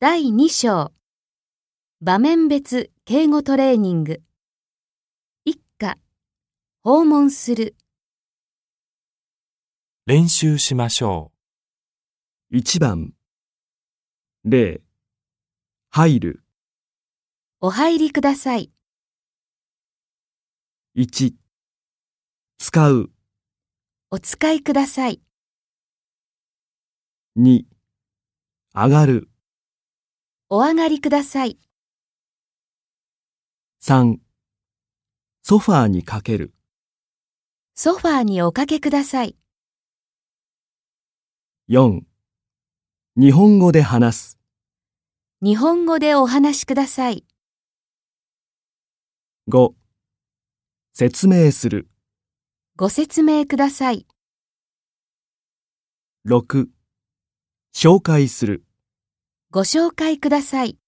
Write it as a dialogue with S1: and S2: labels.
S1: 第2章。場面別敬語トレーニング。一家、訪問する、
S2: 練習しましょ
S3: 1番0入る
S1: お入りください、
S3: 1使う
S1: お使いください、
S3: 2上がる
S1: お上がりください、
S3: 3ソファーにかける
S1: ソファーにおかけください、
S3: 4日本語で話す
S1: 日本語でお話しください、
S3: 5説明する
S1: ご説明ください、
S3: 6紹介する
S1: ご紹介ください。